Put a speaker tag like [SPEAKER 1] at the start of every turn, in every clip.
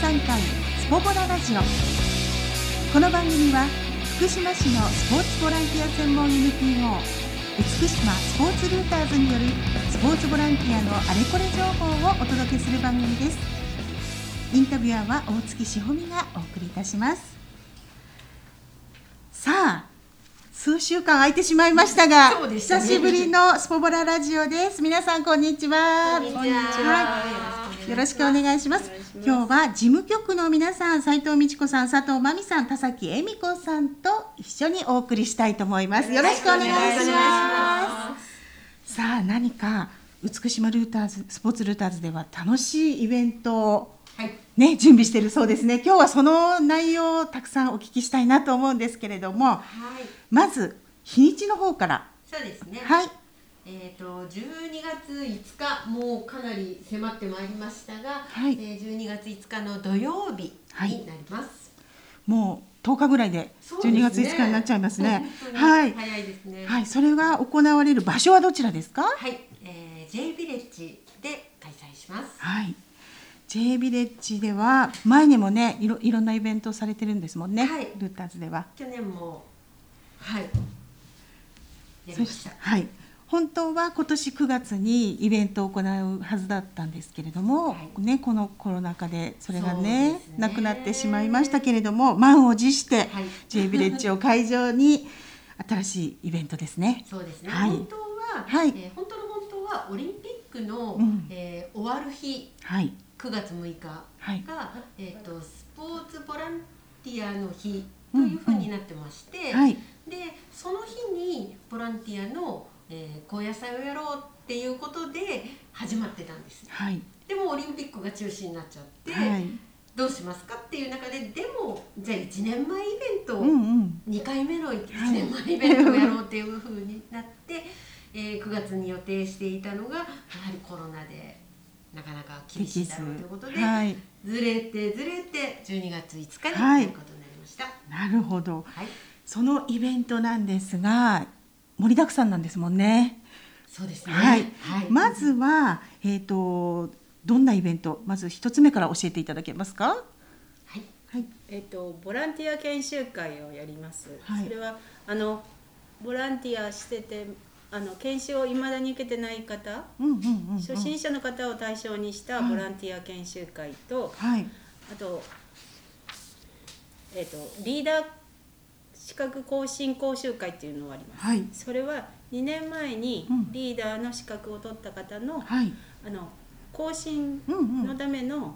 [SPEAKER 1] 参観スポボララジオこの番組は福島市のスポーツボランティア専門 NPO 福島スポーツルーターズによるスポーツボランティアのあれこれ情報をお届けする番組ですインタビュアーは大月しほみがお送りいたしますさあ数週間空いてしまいましたが
[SPEAKER 2] そうでした
[SPEAKER 1] 久
[SPEAKER 2] ね
[SPEAKER 1] しぶりのスポボララジオです皆さんこんにちは
[SPEAKER 2] こんにちは
[SPEAKER 1] はいよろしくお願いします今日は事務局の皆さん斉藤美智子さん佐藤真美さん田崎恵美子さんと一緒にお送りしたいと思いますよろしくお願いしますさあ何か美島ルーターズスポーツルーターズでは楽しいイベントを
[SPEAKER 2] はい、
[SPEAKER 1] ね、準備してるそうですね今日はその内容をたくさんお聞きしたいなと思うんですけれども
[SPEAKER 3] はい、
[SPEAKER 1] まず日にちの方から
[SPEAKER 3] そうですね。
[SPEAKER 1] はい
[SPEAKER 3] えっ、と12月5日もうかなり迫ってまいりましたが、
[SPEAKER 1] はい
[SPEAKER 3] えー12月5日の土曜日
[SPEAKER 1] はい
[SPEAKER 3] になります。
[SPEAKER 1] もう10日ぐらいで
[SPEAKER 3] そう
[SPEAKER 1] 12
[SPEAKER 3] で
[SPEAKER 1] 月
[SPEAKER 3] すね
[SPEAKER 1] 5日になっちゃいますね
[SPEAKER 3] 本当に
[SPEAKER 1] はい、
[SPEAKER 3] 早いですね。
[SPEAKER 1] はい、それが行われる場所はどちらですか
[SPEAKER 3] はい、えー、J ヴィレッジで開催します。
[SPEAKER 1] はい。J ビレッジでは前にもねいろいろんなイベントをされてるんですもんね、
[SPEAKER 3] はい
[SPEAKER 1] ルーターズでは。
[SPEAKER 3] 去年もはいやり
[SPEAKER 1] そ
[SPEAKER 3] ま
[SPEAKER 1] し
[SPEAKER 3] した
[SPEAKER 1] て。はい、本当は今年9月にイベントを行うはずだったんですけれども、
[SPEAKER 3] はい
[SPEAKER 1] ね、このコロナ禍でそれが
[SPEAKER 3] そう
[SPEAKER 1] ね
[SPEAKER 3] ですね
[SPEAKER 1] なくなってしまいましたけれども満を持して
[SPEAKER 3] はい
[SPEAKER 1] J ビレッジを会場に新しいイベントですね。
[SPEAKER 3] そうですね。
[SPEAKER 1] はい
[SPEAKER 3] 本当は、
[SPEAKER 1] はい
[SPEAKER 3] えー本当の本当はオリンピックの、
[SPEAKER 1] うん
[SPEAKER 3] えー終わる日
[SPEAKER 1] はい、
[SPEAKER 3] 9月6日。
[SPEAKER 1] はい、
[SPEAKER 3] が、えー、とスポーツボランティアの日というふうになってまして、
[SPEAKER 1] はい、
[SPEAKER 3] でその日にボランティアの、えー、高野菜をやろうっていうことで始まってたんです
[SPEAKER 1] はい、
[SPEAKER 3] でもオリンピックが中止になっちゃって、
[SPEAKER 1] はい、
[SPEAKER 3] どうしますかっていう中ででもじゃあ1年前イベントを、
[SPEAKER 1] うんうん、
[SPEAKER 3] 2回目の1年前イベントをやろうっていうふうになって、えー、9月に予定していたのがやはりコロナでなかなか厳しいだろうということで。
[SPEAKER 1] はい、
[SPEAKER 3] ずれてずれて12月5日に
[SPEAKER 1] は
[SPEAKER 3] と
[SPEAKER 1] い
[SPEAKER 3] いうことになりました。は
[SPEAKER 1] なるほど。
[SPEAKER 3] い、
[SPEAKER 1] そのイベントなんですが盛りだくさんなんですもんね。
[SPEAKER 3] そうですね。
[SPEAKER 1] はい
[SPEAKER 3] はい、
[SPEAKER 1] まずは、えー、とどんなイベントまず一つ目から教えていただけますか。
[SPEAKER 3] はい、
[SPEAKER 1] はい、
[SPEAKER 2] えっと、ボランティア研修会をやります。
[SPEAKER 1] はい
[SPEAKER 2] それは、あの、ボランティアしてて、あの、研修をいまだに受けてない方。
[SPEAKER 1] うんうんうんうん、
[SPEAKER 2] 初心者の方を対象にしたボランティア研修会と、
[SPEAKER 1] はい
[SPEAKER 2] あと。えっと、リーダー。資格更新講習会っていうのをあります。
[SPEAKER 1] はい
[SPEAKER 2] それは2年前に
[SPEAKER 1] うん
[SPEAKER 2] リーダーの資格を取った方の、
[SPEAKER 1] はい、
[SPEAKER 2] あの更新
[SPEAKER 1] うんうん、
[SPEAKER 2] のための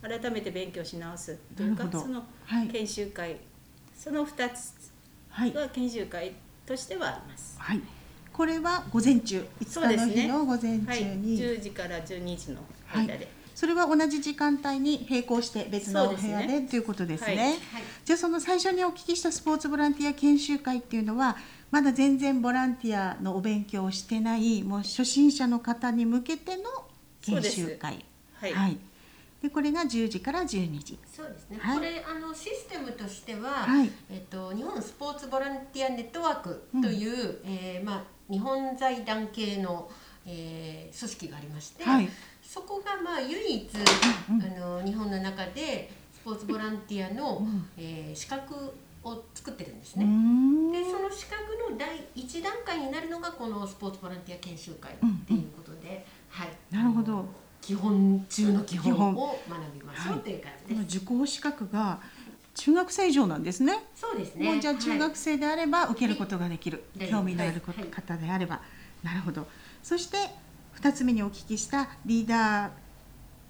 [SPEAKER 2] 改めて勉強し直すというか、
[SPEAKER 1] なるほど
[SPEAKER 2] その
[SPEAKER 1] はい
[SPEAKER 2] 研修会その2つ
[SPEAKER 1] はい
[SPEAKER 2] が研修会としてはあります。
[SPEAKER 1] はい、これは午前中
[SPEAKER 2] そう
[SPEAKER 1] 5日
[SPEAKER 2] で
[SPEAKER 1] の
[SPEAKER 2] すね
[SPEAKER 1] 日の午前
[SPEAKER 2] はい、
[SPEAKER 1] 中に、
[SPEAKER 2] 10時から12時の間で、
[SPEAKER 1] それは同じ時間帯に並行して別のお部屋
[SPEAKER 2] そうです
[SPEAKER 1] でということですね。
[SPEAKER 2] はい
[SPEAKER 3] はい、
[SPEAKER 1] じゃあその最初にお聞きしたスポーツボランティア研修会っていうのはまだ全然ボランティアのお勉強をしてないもう初心者の方に向けての研修会
[SPEAKER 2] はい
[SPEAKER 1] はい、でこれが10時から12時
[SPEAKER 3] そうですね。
[SPEAKER 1] はい
[SPEAKER 3] これあのシステムとしては、
[SPEAKER 1] はい
[SPEAKER 3] えっと日本スポーツボランティアネットワークという、えーまあ日本財団系の、えー、組織がありまして、
[SPEAKER 1] はい
[SPEAKER 3] そこがまあ唯一、
[SPEAKER 1] うんうん
[SPEAKER 3] あの日本の中でスポーツボランティアの、えー、資格を作ってるんです
[SPEAKER 1] うー
[SPEAKER 3] ね。
[SPEAKER 1] ん
[SPEAKER 3] でその資格の第一段階になるのがこのスポーツボランティア研修会っていうことで、はい。
[SPEAKER 1] なるほど
[SPEAKER 3] 基本中の基
[SPEAKER 1] 基本
[SPEAKER 3] 本を学びましょ
[SPEAKER 1] は
[SPEAKER 3] う
[SPEAKER 1] い
[SPEAKER 3] っていう感じ
[SPEAKER 1] こ
[SPEAKER 3] です。
[SPEAKER 1] の受講資格が中学生以上なんですね
[SPEAKER 3] そうです
[SPEAKER 1] も
[SPEAKER 3] ね。
[SPEAKER 1] うじゃあ中
[SPEAKER 3] はい
[SPEAKER 1] 学生であれば受けることができる、
[SPEAKER 3] はい
[SPEAKER 1] 興味のあるこ
[SPEAKER 3] はい
[SPEAKER 1] 方であれば、なるほどそして2つ目にお聞きしたリーダー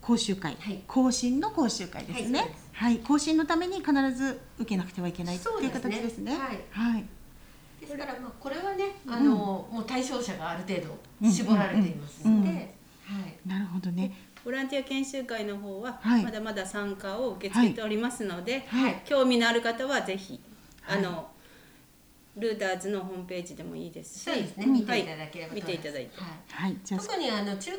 [SPEAKER 1] 講習会、
[SPEAKER 3] はい
[SPEAKER 1] 更新の講習会です
[SPEAKER 3] はいそう
[SPEAKER 1] ね
[SPEAKER 3] です
[SPEAKER 1] はい、更新のために必ず受けなくてはいけないっていう
[SPEAKER 3] そう
[SPEAKER 1] 形
[SPEAKER 3] ですね
[SPEAKER 1] ですね
[SPEAKER 3] はい
[SPEAKER 1] はい、
[SPEAKER 3] ですからまあこれはね、あの、もう対象者がある程度絞られています
[SPEAKER 1] うんうん
[SPEAKER 3] の
[SPEAKER 1] う
[SPEAKER 3] で、
[SPEAKER 1] ん
[SPEAKER 3] はい。
[SPEAKER 1] なるほどね
[SPEAKER 2] ボランティア研修会の方は
[SPEAKER 1] はい
[SPEAKER 2] まだまだ参加を受け付けておりますので、
[SPEAKER 1] はい
[SPEAKER 3] はい
[SPEAKER 2] 興味のある方はぜひ、あのルーターズのホームページでもいいですし
[SPEAKER 3] そうですね、
[SPEAKER 1] うん
[SPEAKER 3] 見ていただければと思ます、
[SPEAKER 2] 見ていただいて
[SPEAKER 3] は
[SPEAKER 1] は
[SPEAKER 3] い
[SPEAKER 1] い、じゃあ、
[SPEAKER 3] 特にあの中学生以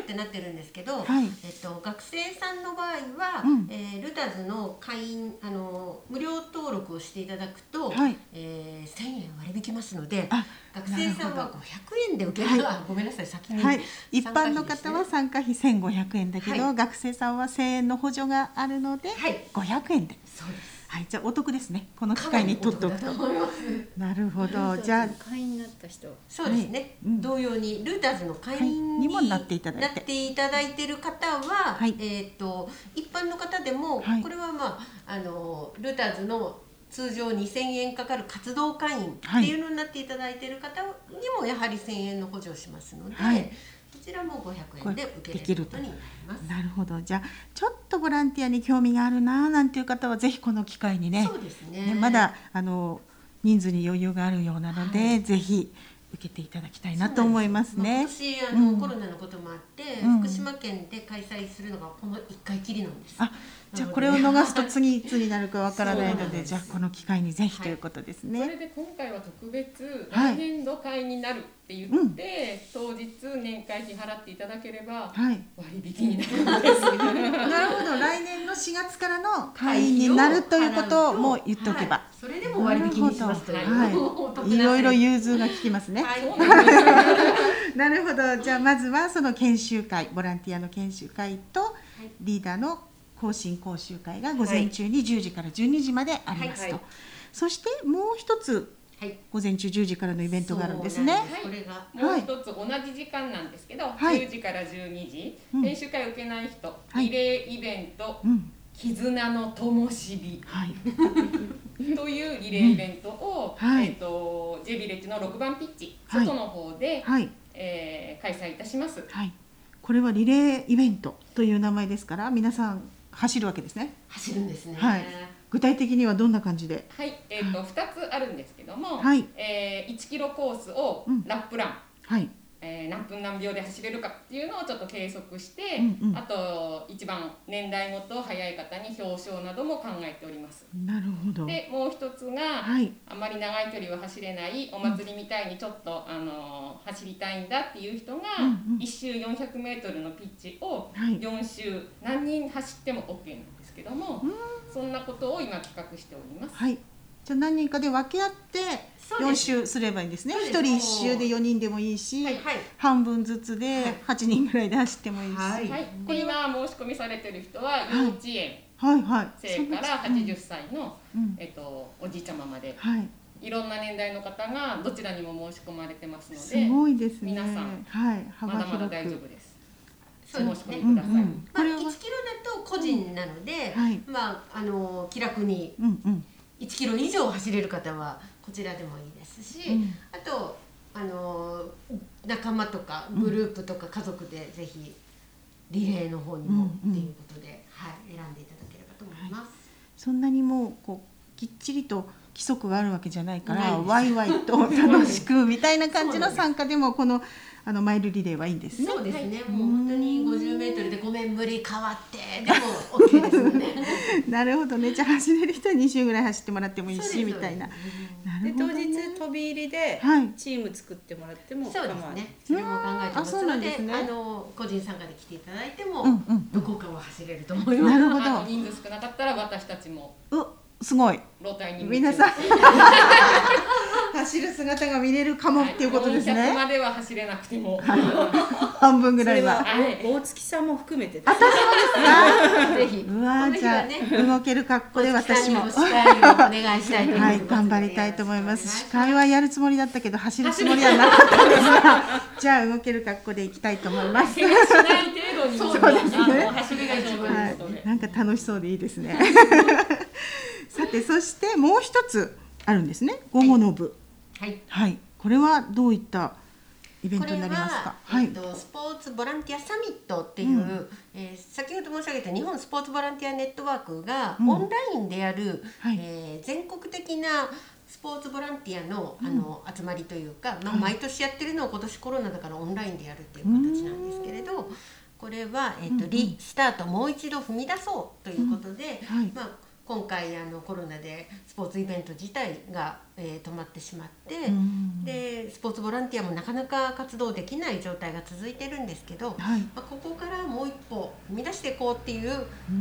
[SPEAKER 3] 上ってなってるんですけど、
[SPEAKER 1] はい
[SPEAKER 3] えっと、学生さんの場合は、
[SPEAKER 1] うん
[SPEAKER 3] えールタズの会員あの無料登録をしていただくと、
[SPEAKER 1] はい
[SPEAKER 3] えー、1000円割り引きますので
[SPEAKER 1] あ
[SPEAKER 3] 学生さん
[SPEAKER 1] なる
[SPEAKER 3] は
[SPEAKER 1] ほ
[SPEAKER 3] 500円で受ける、あごめんなさい先に、
[SPEAKER 1] はい、一
[SPEAKER 3] 参加
[SPEAKER 1] 般
[SPEAKER 3] 費
[SPEAKER 1] の
[SPEAKER 3] ですね
[SPEAKER 1] 方は参加費1500円だけど、
[SPEAKER 3] はい
[SPEAKER 1] 学生さんは1000円の補助があるので、
[SPEAKER 3] はい
[SPEAKER 1] 500円で。
[SPEAKER 3] そうです
[SPEAKER 1] はい、じゃあお得ですね。この機
[SPEAKER 3] かな
[SPEAKER 1] 会
[SPEAKER 3] り
[SPEAKER 1] に
[SPEAKER 3] お
[SPEAKER 1] 取って
[SPEAKER 3] 得
[SPEAKER 1] おく
[SPEAKER 3] だと
[SPEAKER 1] と。
[SPEAKER 3] 思います
[SPEAKER 1] なるほ
[SPEAKER 2] ルーター
[SPEAKER 1] ど。
[SPEAKER 2] ズ
[SPEAKER 1] じゃあ
[SPEAKER 2] の、会員になった人は
[SPEAKER 3] そうですね、
[SPEAKER 1] うん
[SPEAKER 3] 同様にルーターズの会員
[SPEAKER 1] はいにもなっていただいて
[SPEAKER 3] なっていただいてる方は、
[SPEAKER 1] はい
[SPEAKER 3] えー、と一般の方でも、
[SPEAKER 1] はい
[SPEAKER 3] これはまああのルーターズの通常2000円かかる活動会員って
[SPEAKER 1] はい
[SPEAKER 3] いうのになっていただいている方にもやはり1000円の補助をしますので、
[SPEAKER 1] はい
[SPEAKER 3] こちらも500円で受
[SPEAKER 1] で
[SPEAKER 3] け
[SPEAKER 1] きる
[SPEAKER 3] れる
[SPEAKER 1] と
[SPEAKER 3] ことになります。
[SPEAKER 1] なるほど。じゃあちょっとボランティアに興味があるなあなんていう方はぜひこの機会にね、
[SPEAKER 3] そうですね
[SPEAKER 1] ねまだあの人数に余裕があるようなので、
[SPEAKER 3] はい
[SPEAKER 1] ぜひ受けていただきたいなと思いますね。
[SPEAKER 3] そうなんですまあ今年あの、
[SPEAKER 1] うん
[SPEAKER 3] コロナのこともあって、
[SPEAKER 1] うん
[SPEAKER 3] 福島県で開催するのがこの一回きりなんです。
[SPEAKER 1] あ、じゃあこれを逃すと次いつになるかわからないので、じゃあこの機会にぜひということですね。
[SPEAKER 4] それで今回は特別
[SPEAKER 1] はい
[SPEAKER 4] 来年度会になるって言って、当日年会費払っていただければ
[SPEAKER 1] はい。
[SPEAKER 4] 割引になるんです
[SPEAKER 1] なるほど。来年の4月からの会員になるということをもう言っておけば
[SPEAKER 3] は、いそれでも割引にしますという、
[SPEAKER 1] なるほ
[SPEAKER 3] お得
[SPEAKER 1] い
[SPEAKER 3] な
[SPEAKER 1] ろいろ融通が利きますね。
[SPEAKER 3] はい
[SPEAKER 4] そうなんですよ
[SPEAKER 1] なるほど。じゃあまずはその研修会、ボランティアの研修会と
[SPEAKER 3] い
[SPEAKER 1] リーダーの更新講習会が午前中に10時から12時まであります
[SPEAKER 2] はい
[SPEAKER 1] と
[SPEAKER 2] はい。
[SPEAKER 1] そしてもう一つ
[SPEAKER 3] はい
[SPEAKER 1] 午前中10時からのイベントがあるんですね。
[SPEAKER 3] そうなんですこれが
[SPEAKER 4] もう一つ同じ時間なんですけど、
[SPEAKER 1] はい
[SPEAKER 4] 10時から12時、
[SPEAKER 1] うん
[SPEAKER 4] 練習会受けない
[SPEAKER 1] い
[SPEAKER 4] 人、リレーイベント
[SPEAKER 1] うん。
[SPEAKER 4] 「絆の灯火
[SPEAKER 1] はい。」
[SPEAKER 4] というリレーイベントを、
[SPEAKER 1] うんはい
[SPEAKER 4] えっと J ビレッジの6番ピッチ
[SPEAKER 1] はい
[SPEAKER 4] 外の方で、
[SPEAKER 1] はい。
[SPEAKER 4] えー開催いたします。
[SPEAKER 1] はい。これはリレーイベントという名前ですから、皆さん走るわけですね。
[SPEAKER 3] 走るんですね。
[SPEAKER 1] はい具体的にはどんな感じで。
[SPEAKER 4] はい、えっ、と二つあるんですけども、
[SPEAKER 1] はい
[SPEAKER 4] えー1キロコースを
[SPEAKER 1] うん
[SPEAKER 4] ラップラン、
[SPEAKER 1] はい。
[SPEAKER 4] えー何分何秒で走れるかっていうのをちょっと計測して、
[SPEAKER 1] うんうん
[SPEAKER 4] あと一番年代ごと早い方に表彰なども考えております。
[SPEAKER 1] なるほど。
[SPEAKER 4] でもう一つが、
[SPEAKER 1] はい。
[SPEAKER 4] あまり長い距離は走れないお祭りみたいにちょっと、あのー走りたいんだっていう人が、
[SPEAKER 1] うんうん
[SPEAKER 4] 1周 400m のピッチを
[SPEAKER 1] はい
[SPEAKER 4] 4周何人走っても OK なんですけども、そんなことを今企画しております。
[SPEAKER 1] はい。じゃあ何人かで分け合って
[SPEAKER 3] そう
[SPEAKER 1] 4
[SPEAKER 3] です
[SPEAKER 1] 周すればいいんですね。
[SPEAKER 3] そう
[SPEAKER 1] 1
[SPEAKER 3] です
[SPEAKER 1] 人1周で4人でもいいし、
[SPEAKER 3] はいはい
[SPEAKER 1] 半分ずつで8人ぐらいで走ってもいいし。は
[SPEAKER 3] はいい
[SPEAKER 4] はい、これは申し込みされてる人は幼稚園
[SPEAKER 1] はい。
[SPEAKER 4] 生から80歳の、
[SPEAKER 1] うん
[SPEAKER 4] えっと、おじいちゃままで
[SPEAKER 1] はい。
[SPEAKER 4] いろんな年代の方がどちらにも申し込まれてますの
[SPEAKER 1] す
[SPEAKER 4] で
[SPEAKER 1] ごいですね。
[SPEAKER 4] 皆さん
[SPEAKER 1] はい。幅
[SPEAKER 4] まだ
[SPEAKER 1] 広く。
[SPEAKER 4] まだ大丈夫です。
[SPEAKER 3] そうです
[SPEAKER 4] 申し
[SPEAKER 3] ね
[SPEAKER 4] 込みください。
[SPEAKER 1] うんうん
[SPEAKER 3] まあ、
[SPEAKER 1] これ
[SPEAKER 3] 1
[SPEAKER 1] は
[SPEAKER 3] キロだと個人なので、
[SPEAKER 1] はい
[SPEAKER 3] まああの気楽に
[SPEAKER 1] うんうん。
[SPEAKER 3] 1キロ以上走れる方はこちらでもいいですし、
[SPEAKER 1] うん
[SPEAKER 3] あとあの仲間とかグループとか家族でぜひリレーの方にも
[SPEAKER 1] うんうん
[SPEAKER 3] っていうことで、はい選んでいただければと思います。
[SPEAKER 1] そんなにもうこうきっちりと規則があるわけじゃないか
[SPEAKER 3] な
[SPEAKER 1] ら
[SPEAKER 3] いです
[SPEAKER 1] ワイワイと楽しくみたいな感じの
[SPEAKER 3] そうなんです
[SPEAKER 1] 参加でもこのあのマイルリレーはいいん ですね。
[SPEAKER 3] そうですね、もう本当に50メートルで5面ぶり変わってでも OK ですよね。
[SPEAKER 1] なるほどねじゃあ走れる人は2周ぐらい走ってもらってもいい
[SPEAKER 3] そうで
[SPEAKER 1] し
[SPEAKER 3] す
[SPEAKER 1] みたいな。な
[SPEAKER 2] で
[SPEAKER 1] るほ
[SPEAKER 2] 当
[SPEAKER 1] ど
[SPEAKER 2] 日
[SPEAKER 1] ね。
[SPEAKER 2] 飛び入りで
[SPEAKER 1] はい
[SPEAKER 2] チーム作ってもらっても
[SPEAKER 3] そう
[SPEAKER 2] 構
[SPEAKER 3] で
[SPEAKER 2] わ
[SPEAKER 3] す
[SPEAKER 2] ない、
[SPEAKER 3] ね。それも考えて
[SPEAKER 1] あ
[SPEAKER 3] ま
[SPEAKER 1] そ
[SPEAKER 3] す
[SPEAKER 1] うなん
[SPEAKER 3] の
[SPEAKER 1] です
[SPEAKER 3] で、
[SPEAKER 1] ね
[SPEAKER 3] あの個人参加で来ていただいても、
[SPEAKER 1] うんうん
[SPEAKER 3] どこかは走れると思いま
[SPEAKER 1] な
[SPEAKER 3] す。
[SPEAKER 1] るほど
[SPEAKER 4] あの人数少なかったら私たちも
[SPEAKER 1] おすごい
[SPEAKER 4] 老体に
[SPEAKER 1] 皆さん走る姿が見れるかもっていうことです
[SPEAKER 4] 400
[SPEAKER 1] ね。
[SPEAKER 4] までは走れなくても。
[SPEAKER 1] 半分ぐ
[SPEAKER 2] そ
[SPEAKER 1] らい
[SPEAKER 2] れ
[SPEAKER 1] は。
[SPEAKER 2] は
[SPEAKER 4] はい
[SPEAKER 2] 大月さんも含めてです
[SPEAKER 3] ぜひ。
[SPEAKER 1] うわーじゃあ動ける格好で私も。
[SPEAKER 3] 司会をお願いしたいと思 います。
[SPEAKER 1] はい、頑張りたいと思います。司会はやるつもりだったけど、走るつもりはなかったん ですが、じゃあ動ける格好でいきたいと思います。
[SPEAKER 4] 怪我しない程度に
[SPEAKER 3] そう
[SPEAKER 1] ですね
[SPEAKER 4] あの走りが一番
[SPEAKER 1] は
[SPEAKER 4] ですので
[SPEAKER 1] い、なんか楽しそうでいいですね。 さて、そしてもう一つあるんですね。午後の部。
[SPEAKER 3] はい。
[SPEAKER 1] はい、これはどういったイベン
[SPEAKER 3] こ
[SPEAKER 1] ト
[SPEAKER 3] れ
[SPEAKER 1] になりますか
[SPEAKER 3] は。、
[SPEAKER 1] は
[SPEAKER 3] えっ
[SPEAKER 1] い。
[SPEAKER 3] とスポーツボランティアサミットっていう、
[SPEAKER 1] うん
[SPEAKER 3] えー先ほど申し上げた日本スポーツボランティアネットワークが
[SPEAKER 1] うん
[SPEAKER 3] オンラインでやる、
[SPEAKER 1] はい
[SPEAKER 3] えー全国的なスポーツボランティアの
[SPEAKER 1] うん
[SPEAKER 3] あの集まりというか、まあ、毎年やってるのを今年コロナだからオンラインでやるっていう形なんですけれど、これは、えっ
[SPEAKER 1] うんう
[SPEAKER 3] と
[SPEAKER 1] ん
[SPEAKER 3] リスタートもう一度踏み出そうということで、
[SPEAKER 1] うんはい
[SPEAKER 3] まあ今回あのコロナでスポーツイベント自体が、えー止まってしまって、
[SPEAKER 1] うん
[SPEAKER 3] でスポーツボランティアもなかなか活動できない状態が続いてるんですけど、ま
[SPEAKER 1] はい、
[SPEAKER 3] あ、ここからもう一歩踏み出していこうっていう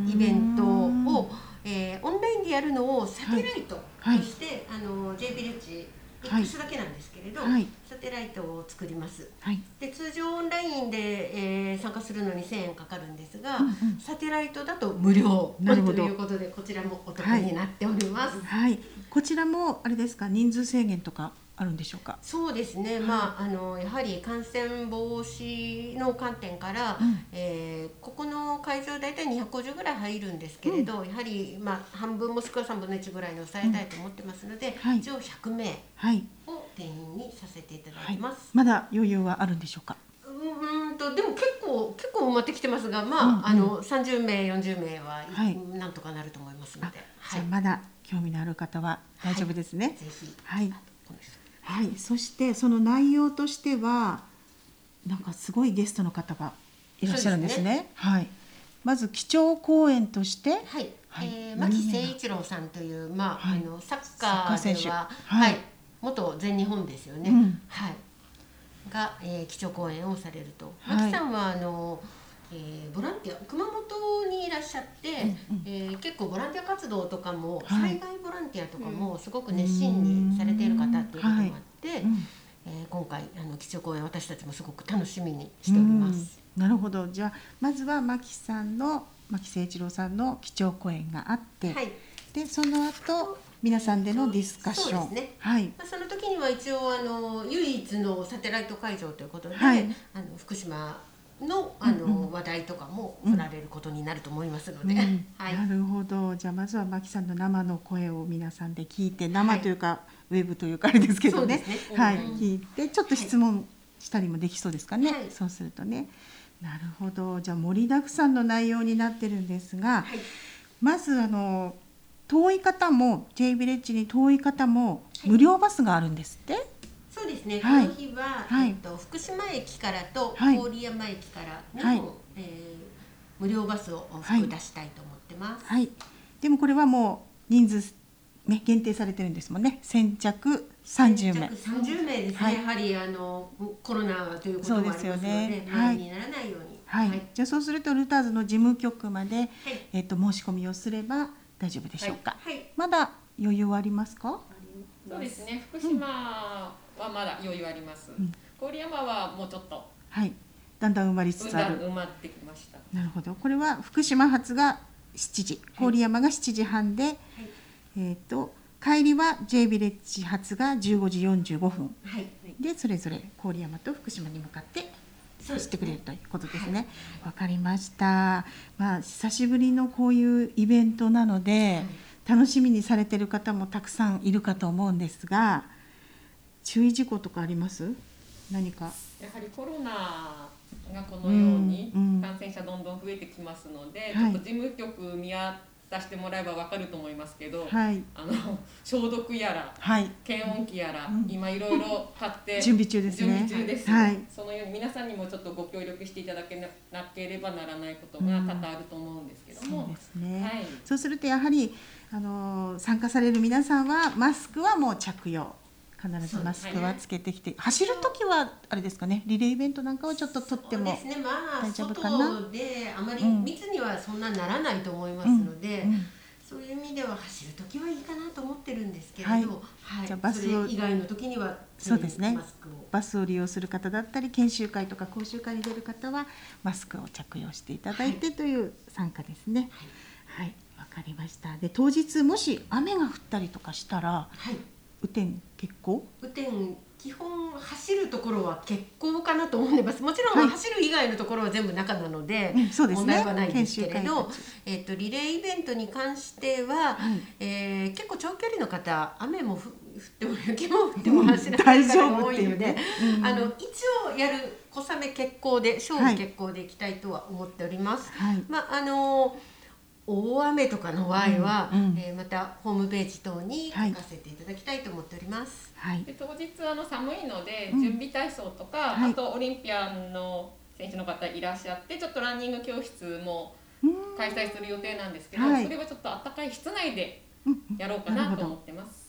[SPEAKER 3] イベントを、えーオンラインでやるのをサテライト
[SPEAKER 1] はい
[SPEAKER 3] として、あの J ビレッジ
[SPEAKER 1] はい
[SPEAKER 3] X だけなんですけれど、
[SPEAKER 1] はい
[SPEAKER 3] サテライトを作ります。
[SPEAKER 1] はい、
[SPEAKER 3] で通常オンラインで、えー参加するのに1,000円かかるんですが、
[SPEAKER 1] うんうん
[SPEAKER 3] サテライトだと無料
[SPEAKER 1] なるほど
[SPEAKER 3] ということでこちらもお得になっております。
[SPEAKER 1] はい、こちらもあれですか人数制限とかあるんでしょうか。
[SPEAKER 3] そうですね、まあ、あのやはり感染防止の観点から、
[SPEAKER 1] うん
[SPEAKER 3] えーここの会場大体250ぐらい入るんですけれど、やはり、まあ、半分もしくは3分の1ぐらいに抑えたいと思ってますので、
[SPEAKER 1] はい
[SPEAKER 3] 一応100名
[SPEAKER 1] はい、
[SPEAKER 3] を定員にさせていただ
[SPEAKER 1] はいい
[SPEAKER 3] てます、、
[SPEAKER 1] まだ余裕はあるんでしょうか。
[SPEAKER 3] うーんとでも結構結構埋まってきてますが、まあ
[SPEAKER 1] うんうん
[SPEAKER 3] あの30名40名は、
[SPEAKER 1] はい
[SPEAKER 3] なんとかなると思いますの
[SPEAKER 1] あ
[SPEAKER 3] で、は
[SPEAKER 1] じ
[SPEAKER 3] い
[SPEAKER 1] ゃあ、まだ興味のある方は大丈夫ですね。
[SPEAKER 3] ぜひ
[SPEAKER 1] はい、
[SPEAKER 3] この人
[SPEAKER 1] はい、そしてその内容としてはなんかすごいゲストの方がいらっしゃるんですね。
[SPEAKER 3] そうで
[SPEAKER 1] はい、まず基調講演として、
[SPEAKER 3] はい、
[SPEAKER 1] はい
[SPEAKER 3] えー
[SPEAKER 1] 何
[SPEAKER 3] 牧
[SPEAKER 1] 人だ
[SPEAKER 3] 誠一郎さんという、まあ、
[SPEAKER 1] はい
[SPEAKER 3] あのサッ
[SPEAKER 1] サッカ
[SPEAKER 3] カ
[SPEAKER 1] ー選
[SPEAKER 3] ー
[SPEAKER 1] 手
[SPEAKER 3] では、
[SPEAKER 1] は
[SPEAKER 3] はいい、元全日本ですよね。
[SPEAKER 1] うん
[SPEAKER 3] はい。が、えー、基調講演をされると、
[SPEAKER 1] はい
[SPEAKER 3] 牧さんはあの。えーボランティア熊本にいらっしゃって、
[SPEAKER 1] うんうん
[SPEAKER 3] えー結構ボランティア活動とかも、
[SPEAKER 1] はい
[SPEAKER 3] 災害ボランティアとかもすごく熱心にされている方っていうこともあって、
[SPEAKER 1] うん
[SPEAKER 3] えー今回あの基調講演私たちもすごく楽しみにしております。
[SPEAKER 1] うんなるほど、じゃあまずは牧さんの牧誠一郎さんの基調講演があって、
[SPEAKER 3] はい
[SPEAKER 1] でその後皆さんでのディスカッション、
[SPEAKER 3] そうですね
[SPEAKER 1] はい、
[SPEAKER 3] まあ、その時には一応あの唯一のサテライト会場ということで、
[SPEAKER 1] はい
[SPEAKER 3] あの福島のあの、
[SPEAKER 1] うん
[SPEAKER 3] 話題とかも
[SPEAKER 1] うん
[SPEAKER 3] 振られることになると思いますの
[SPEAKER 1] う
[SPEAKER 3] で、
[SPEAKER 1] ん
[SPEAKER 3] はい、
[SPEAKER 1] なるほど、じゃあまずは牧さんの生の声を皆さんで聞いて、生というか、ウェブというかあれですけ
[SPEAKER 3] そ
[SPEAKER 1] ど
[SPEAKER 3] うで
[SPEAKER 1] ね
[SPEAKER 3] す、ね。
[SPEAKER 1] はい、
[SPEAKER 3] うん
[SPEAKER 1] 聞いてちょっと質問したりもできそうですかね、
[SPEAKER 3] はい
[SPEAKER 1] そうするとねなるほどじゃあ盛りだくさんの内容になってるんですが、
[SPEAKER 3] はい
[SPEAKER 1] まずあの遠い方も J ビレッジに遠い方も
[SPEAKER 3] い
[SPEAKER 1] 無料バスがあるんですって、
[SPEAKER 3] そうですね。こ
[SPEAKER 1] はい
[SPEAKER 3] の日は、
[SPEAKER 1] はい
[SPEAKER 3] えっと福島駅からと
[SPEAKER 1] はい
[SPEAKER 3] 郡山駅からの、
[SPEAKER 1] はい
[SPEAKER 3] えー無料バスを往復出したいと思ってます。
[SPEAKER 1] はい、でもこれはもう人数、ね、限定されてるんですもんね先着30名
[SPEAKER 3] 三十名ですね。
[SPEAKER 1] はい
[SPEAKER 3] やはりあのコロナということもありますの
[SPEAKER 1] そうです
[SPEAKER 3] で、
[SPEAKER 1] よねはい
[SPEAKER 3] 前にならないように。
[SPEAKER 1] はい、
[SPEAKER 3] はい
[SPEAKER 1] じゃあそうするとルターズの事務局まで、えっと申し込みをすれば大丈夫でしょうか、
[SPEAKER 3] はい
[SPEAKER 1] まだ余裕はありますか
[SPEAKER 4] そうですね福島はまだ余裕あります、
[SPEAKER 1] ん
[SPEAKER 4] 郡山はもうちょっと
[SPEAKER 1] はい、だんだん埋まりつ
[SPEAKER 4] うん
[SPEAKER 1] つあ
[SPEAKER 4] だん
[SPEAKER 1] る。
[SPEAKER 4] 埋まってきました
[SPEAKER 1] なるほど、これは福島発が7時、郡山が7時半で、えっ、と帰りは J ビレッジ発が15時45分
[SPEAKER 3] はい。
[SPEAKER 1] でそれぞれ郡山と福島に向かって
[SPEAKER 3] そうで
[SPEAKER 1] 走っ
[SPEAKER 3] す
[SPEAKER 1] てくれるということですね。わかりました。まあ久しぶりのこういうイベントなので、楽しみにされてる方もたくさんいるかと思うんですが、注意事項とかあります？何か？
[SPEAKER 4] やはりコロナがこのように
[SPEAKER 1] うんうん
[SPEAKER 4] 感染者どんどん増えてきますので、
[SPEAKER 1] はい
[SPEAKER 4] ちょっと事務局見渡してもらえばわかると思いますけど、
[SPEAKER 1] はい
[SPEAKER 4] あの消毒やら
[SPEAKER 1] はい。
[SPEAKER 4] 検温器やら、
[SPEAKER 1] うん
[SPEAKER 4] 今いろいろ買って
[SPEAKER 1] 準備中ですね
[SPEAKER 4] 準備中です
[SPEAKER 1] はい
[SPEAKER 4] そのように皆さんにもちょっとご協力していただけななければならないことが多々あると思うんですけど
[SPEAKER 1] そう
[SPEAKER 4] も、
[SPEAKER 1] ですね。
[SPEAKER 4] はい
[SPEAKER 1] そうするとやはりあのー参加される皆さんはマスクはもう着用。必ずマスクはつけてきて、走る時はあれですかね、リレーイベントなんかをちょっと取っても
[SPEAKER 3] そうですねまあ
[SPEAKER 1] 大丈夫かな
[SPEAKER 3] 外であまり
[SPEAKER 1] うん
[SPEAKER 3] 密にはそんなならないと思いますので、
[SPEAKER 1] うん
[SPEAKER 3] そういう意味では走る時はいいかなと思ってるんですけれど、
[SPEAKER 1] は
[SPEAKER 3] はいい
[SPEAKER 1] じゃあバスを
[SPEAKER 3] それ以外の時には
[SPEAKER 1] そうですね
[SPEAKER 3] マスクを
[SPEAKER 1] バスを利用する方だったり研修会とか講習会に出る方はマスクを着用していただいてという参加ですね。はい、わ、かりました。で当日もし雨が降ったりとかしたら
[SPEAKER 3] はい
[SPEAKER 1] 雨天結構
[SPEAKER 3] 雨天基本走るところは結構かなと思いますもちろん、
[SPEAKER 1] はい
[SPEAKER 3] 走る以外のところは全部中なので、
[SPEAKER 1] うんそうですね
[SPEAKER 3] 問題はないんですけれ
[SPEAKER 1] 研修会
[SPEAKER 3] ど
[SPEAKER 1] たち、
[SPEAKER 3] えっとリレーイベントに関しては、
[SPEAKER 1] はい
[SPEAKER 3] えー結構長距離の方雨もふ降っても雪も降っても走らな
[SPEAKER 1] 大
[SPEAKER 3] い
[SPEAKER 1] 丈
[SPEAKER 3] 方が
[SPEAKER 1] 夫
[SPEAKER 3] 多
[SPEAKER 1] っ
[SPEAKER 3] い
[SPEAKER 1] てい
[SPEAKER 3] の
[SPEAKER 1] う
[SPEAKER 3] で
[SPEAKER 1] ね。。うん
[SPEAKER 3] あの一応やる小雨決行で勝負決行でいきたいとは思っております。
[SPEAKER 1] はい
[SPEAKER 3] まああの大雨とかの場合は、
[SPEAKER 1] うんうん
[SPEAKER 3] えーまたホームページ等に書
[SPEAKER 1] はい
[SPEAKER 3] かせていただきたいと思っております。
[SPEAKER 1] はい
[SPEAKER 4] で当日あの寒いので
[SPEAKER 1] うん
[SPEAKER 4] 準備体操とか、
[SPEAKER 1] はい
[SPEAKER 4] あとオリンピアンの選手の方いらっしゃってちょっとランニング教室も
[SPEAKER 1] うん
[SPEAKER 4] 開催する予定なんですけど、
[SPEAKER 1] はい
[SPEAKER 4] それはちょっと暖かい室内で
[SPEAKER 1] うん
[SPEAKER 4] やろうか
[SPEAKER 1] なる
[SPEAKER 4] な
[SPEAKER 1] ほ
[SPEAKER 4] と
[SPEAKER 1] ど
[SPEAKER 4] 思ってます。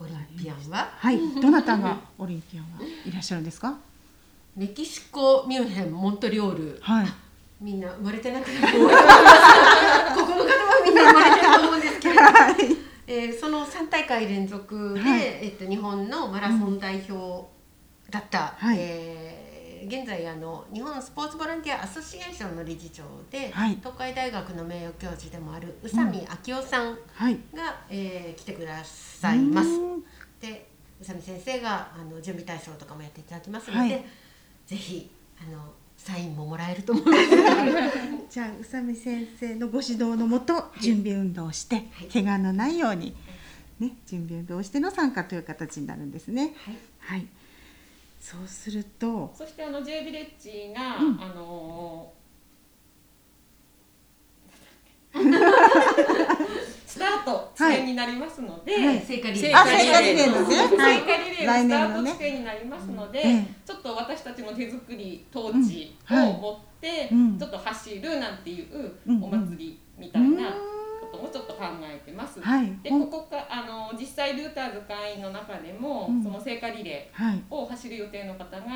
[SPEAKER 3] オリンピアンは
[SPEAKER 1] はい、どなたがオリンピアンはいらっしゃるんですか。
[SPEAKER 3] メキシコミュンヘンモントリオール
[SPEAKER 1] はい。
[SPEAKER 3] みんな生まれてなくなると思 います。ここの方はみんな生まれてると思うんで すけれど、えーその3大会連続で、
[SPEAKER 1] はい
[SPEAKER 3] えっと、日本のマラソン代表だった、
[SPEAKER 1] はい
[SPEAKER 3] えー現在あの日本スポーツボランティアアソシエーションの理事長で、
[SPEAKER 1] はい
[SPEAKER 3] 東海大学の名誉教授でもある宇佐美明夫さん
[SPEAKER 1] はい。
[SPEAKER 3] が、えー来てくださいます。
[SPEAKER 1] うん
[SPEAKER 3] で宇佐美先生があの準備体操とかもやっていただきますので、
[SPEAKER 1] はい
[SPEAKER 3] ぜひあのサインももらえると思 います。
[SPEAKER 1] じゃあ宇佐美先生のご指導のもと準備運動をして、
[SPEAKER 3] い
[SPEAKER 1] 怪我のないように、ね、準備運動をしての参加という形になるんですね。
[SPEAKER 3] はい
[SPEAKER 1] はい、そうすると、
[SPEAKER 4] そしてあの J ヴィレッジが、
[SPEAKER 1] うん
[SPEAKER 4] あのースタート地点になりますので、
[SPEAKER 1] はい
[SPEAKER 3] 聖火リ
[SPEAKER 4] 聖
[SPEAKER 3] レー
[SPEAKER 1] あ
[SPEAKER 4] 火
[SPEAKER 1] 聖
[SPEAKER 4] リ
[SPEAKER 1] 火リレ
[SPEAKER 4] レ
[SPEAKER 1] ーの
[SPEAKER 4] ーの
[SPEAKER 1] ね
[SPEAKER 4] 聖
[SPEAKER 1] はい
[SPEAKER 4] 火リレー
[SPEAKER 1] 来
[SPEAKER 4] の
[SPEAKER 1] 年
[SPEAKER 4] スタ
[SPEAKER 1] の
[SPEAKER 4] ー
[SPEAKER 1] ね
[SPEAKER 4] ト地点になりますので、
[SPEAKER 1] ええ
[SPEAKER 4] ちょっと私たちの手作りトーチを持って、
[SPEAKER 1] うんはい
[SPEAKER 4] ちょっと走るなんていう
[SPEAKER 1] うん
[SPEAKER 4] お祭りみた
[SPEAKER 1] う
[SPEAKER 4] い
[SPEAKER 1] ーん
[SPEAKER 4] なこともちょっと考えてます。
[SPEAKER 1] はい、
[SPEAKER 4] で
[SPEAKER 1] ほ
[SPEAKER 4] こ
[SPEAKER 1] ん
[SPEAKER 4] こかあの実際ルーターズ会員の中でも、
[SPEAKER 1] うん
[SPEAKER 4] その聖火リレ
[SPEAKER 1] はい、
[SPEAKER 4] ーを走る予定の方が
[SPEAKER 1] はい、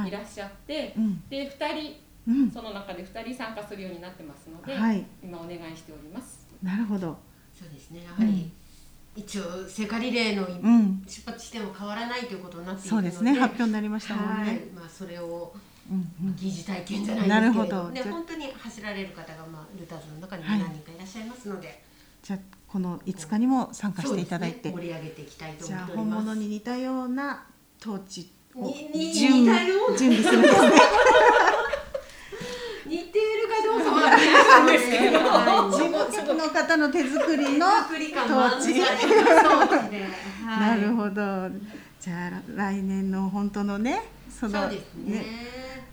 [SPEAKER 1] はい
[SPEAKER 4] い、らっしゃって、
[SPEAKER 1] うん、
[SPEAKER 4] で2人
[SPEAKER 1] うん、
[SPEAKER 4] その中で2人参加するようになってますので、
[SPEAKER 1] はい、
[SPEAKER 4] 今お願いしております。
[SPEAKER 1] なるほど、
[SPEAKER 3] そうですね。やはり、一応聖火リレーの
[SPEAKER 1] うん、
[SPEAKER 3] 出発地点も変わらないということになっている
[SPEAKER 1] そ
[SPEAKER 3] の
[SPEAKER 1] う
[SPEAKER 3] で、
[SPEAKER 1] ですね、発表になりましたもん
[SPEAKER 3] はい
[SPEAKER 1] ね。。
[SPEAKER 3] まあそれを
[SPEAKER 1] うん、うん、
[SPEAKER 3] 疑似体験じゃないですけれど、
[SPEAKER 1] なるほど
[SPEAKER 3] で
[SPEAKER 1] じゃあ
[SPEAKER 3] 本当に走られる方がまあルターズの中にも
[SPEAKER 1] はい
[SPEAKER 3] 何人かいらっしゃいますので、
[SPEAKER 1] じゃあこの5日にも参加
[SPEAKER 3] そ
[SPEAKER 1] し
[SPEAKER 3] う
[SPEAKER 1] て
[SPEAKER 3] で
[SPEAKER 1] い
[SPEAKER 3] す
[SPEAKER 1] ただいて、
[SPEAKER 3] ね、盛り上げていきたいと
[SPEAKER 1] じ
[SPEAKER 3] 思
[SPEAKER 1] ゃあ
[SPEAKER 3] っており
[SPEAKER 1] 本
[SPEAKER 3] ます。
[SPEAKER 1] 物に似たようなトーチを
[SPEAKER 3] にに
[SPEAKER 1] 準
[SPEAKER 3] 似たよ
[SPEAKER 1] 備
[SPEAKER 3] うな
[SPEAKER 1] 準備するんです ね。
[SPEAKER 3] 似ているかどうかはわからないです けど、
[SPEAKER 1] 自分の方の手作りの
[SPEAKER 3] 作り感満載の装置で、は
[SPEAKER 1] ないるほど。じゃあ来年の本当のね、そ
[SPEAKER 3] そ
[SPEAKER 1] の
[SPEAKER 3] うですね。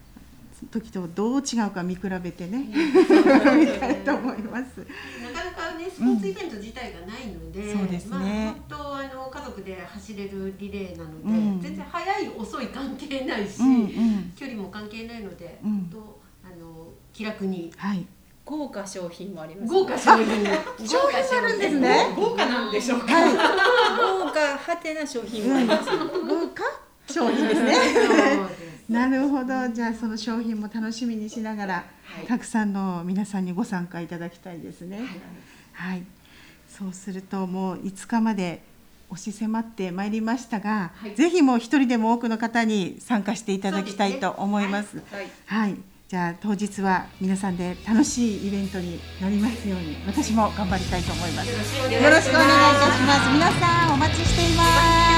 [SPEAKER 1] 時とどう違うか見比べてね、見たいと思います。
[SPEAKER 3] なかなかねスポーツイベント自体がないので、
[SPEAKER 1] うんそうですね
[SPEAKER 3] まあ本当あの家族で走れるリレーなので、
[SPEAKER 1] うん
[SPEAKER 3] 全然早い遅い関係ないし、
[SPEAKER 1] うんうん。
[SPEAKER 3] 距離も関係ないので、
[SPEAKER 1] うん
[SPEAKER 3] 本当あの気楽に
[SPEAKER 1] はい。
[SPEAKER 2] 豪華商品もあります、
[SPEAKER 3] 豪華 商品
[SPEAKER 1] 商品もあるんですね
[SPEAKER 4] 豪華なんでしょうか。
[SPEAKER 1] は
[SPEAKER 2] 豪華はてな商
[SPEAKER 1] い。
[SPEAKER 2] 品もあ
[SPEAKER 1] う
[SPEAKER 2] り
[SPEAKER 1] ん。
[SPEAKER 2] ます、
[SPEAKER 1] 豪華商品ですね。 なるほど。じゃあその商品も楽しみにしながら、
[SPEAKER 3] はい
[SPEAKER 1] たくさんの皆さんにご参加いただきたいですね。はい。そうするともう5日まで押し迫ってまいりましたが、
[SPEAKER 3] はい
[SPEAKER 1] ぜひもう一人でも多くの方に参加していただきたいと思います。
[SPEAKER 2] はい
[SPEAKER 1] はい。じゃあ当日は皆さんで楽しいイベントになりますように私も頑張りたいと思います。よ
[SPEAKER 3] よ
[SPEAKER 1] ろしくお願いいたします。皆さんお待ちしています。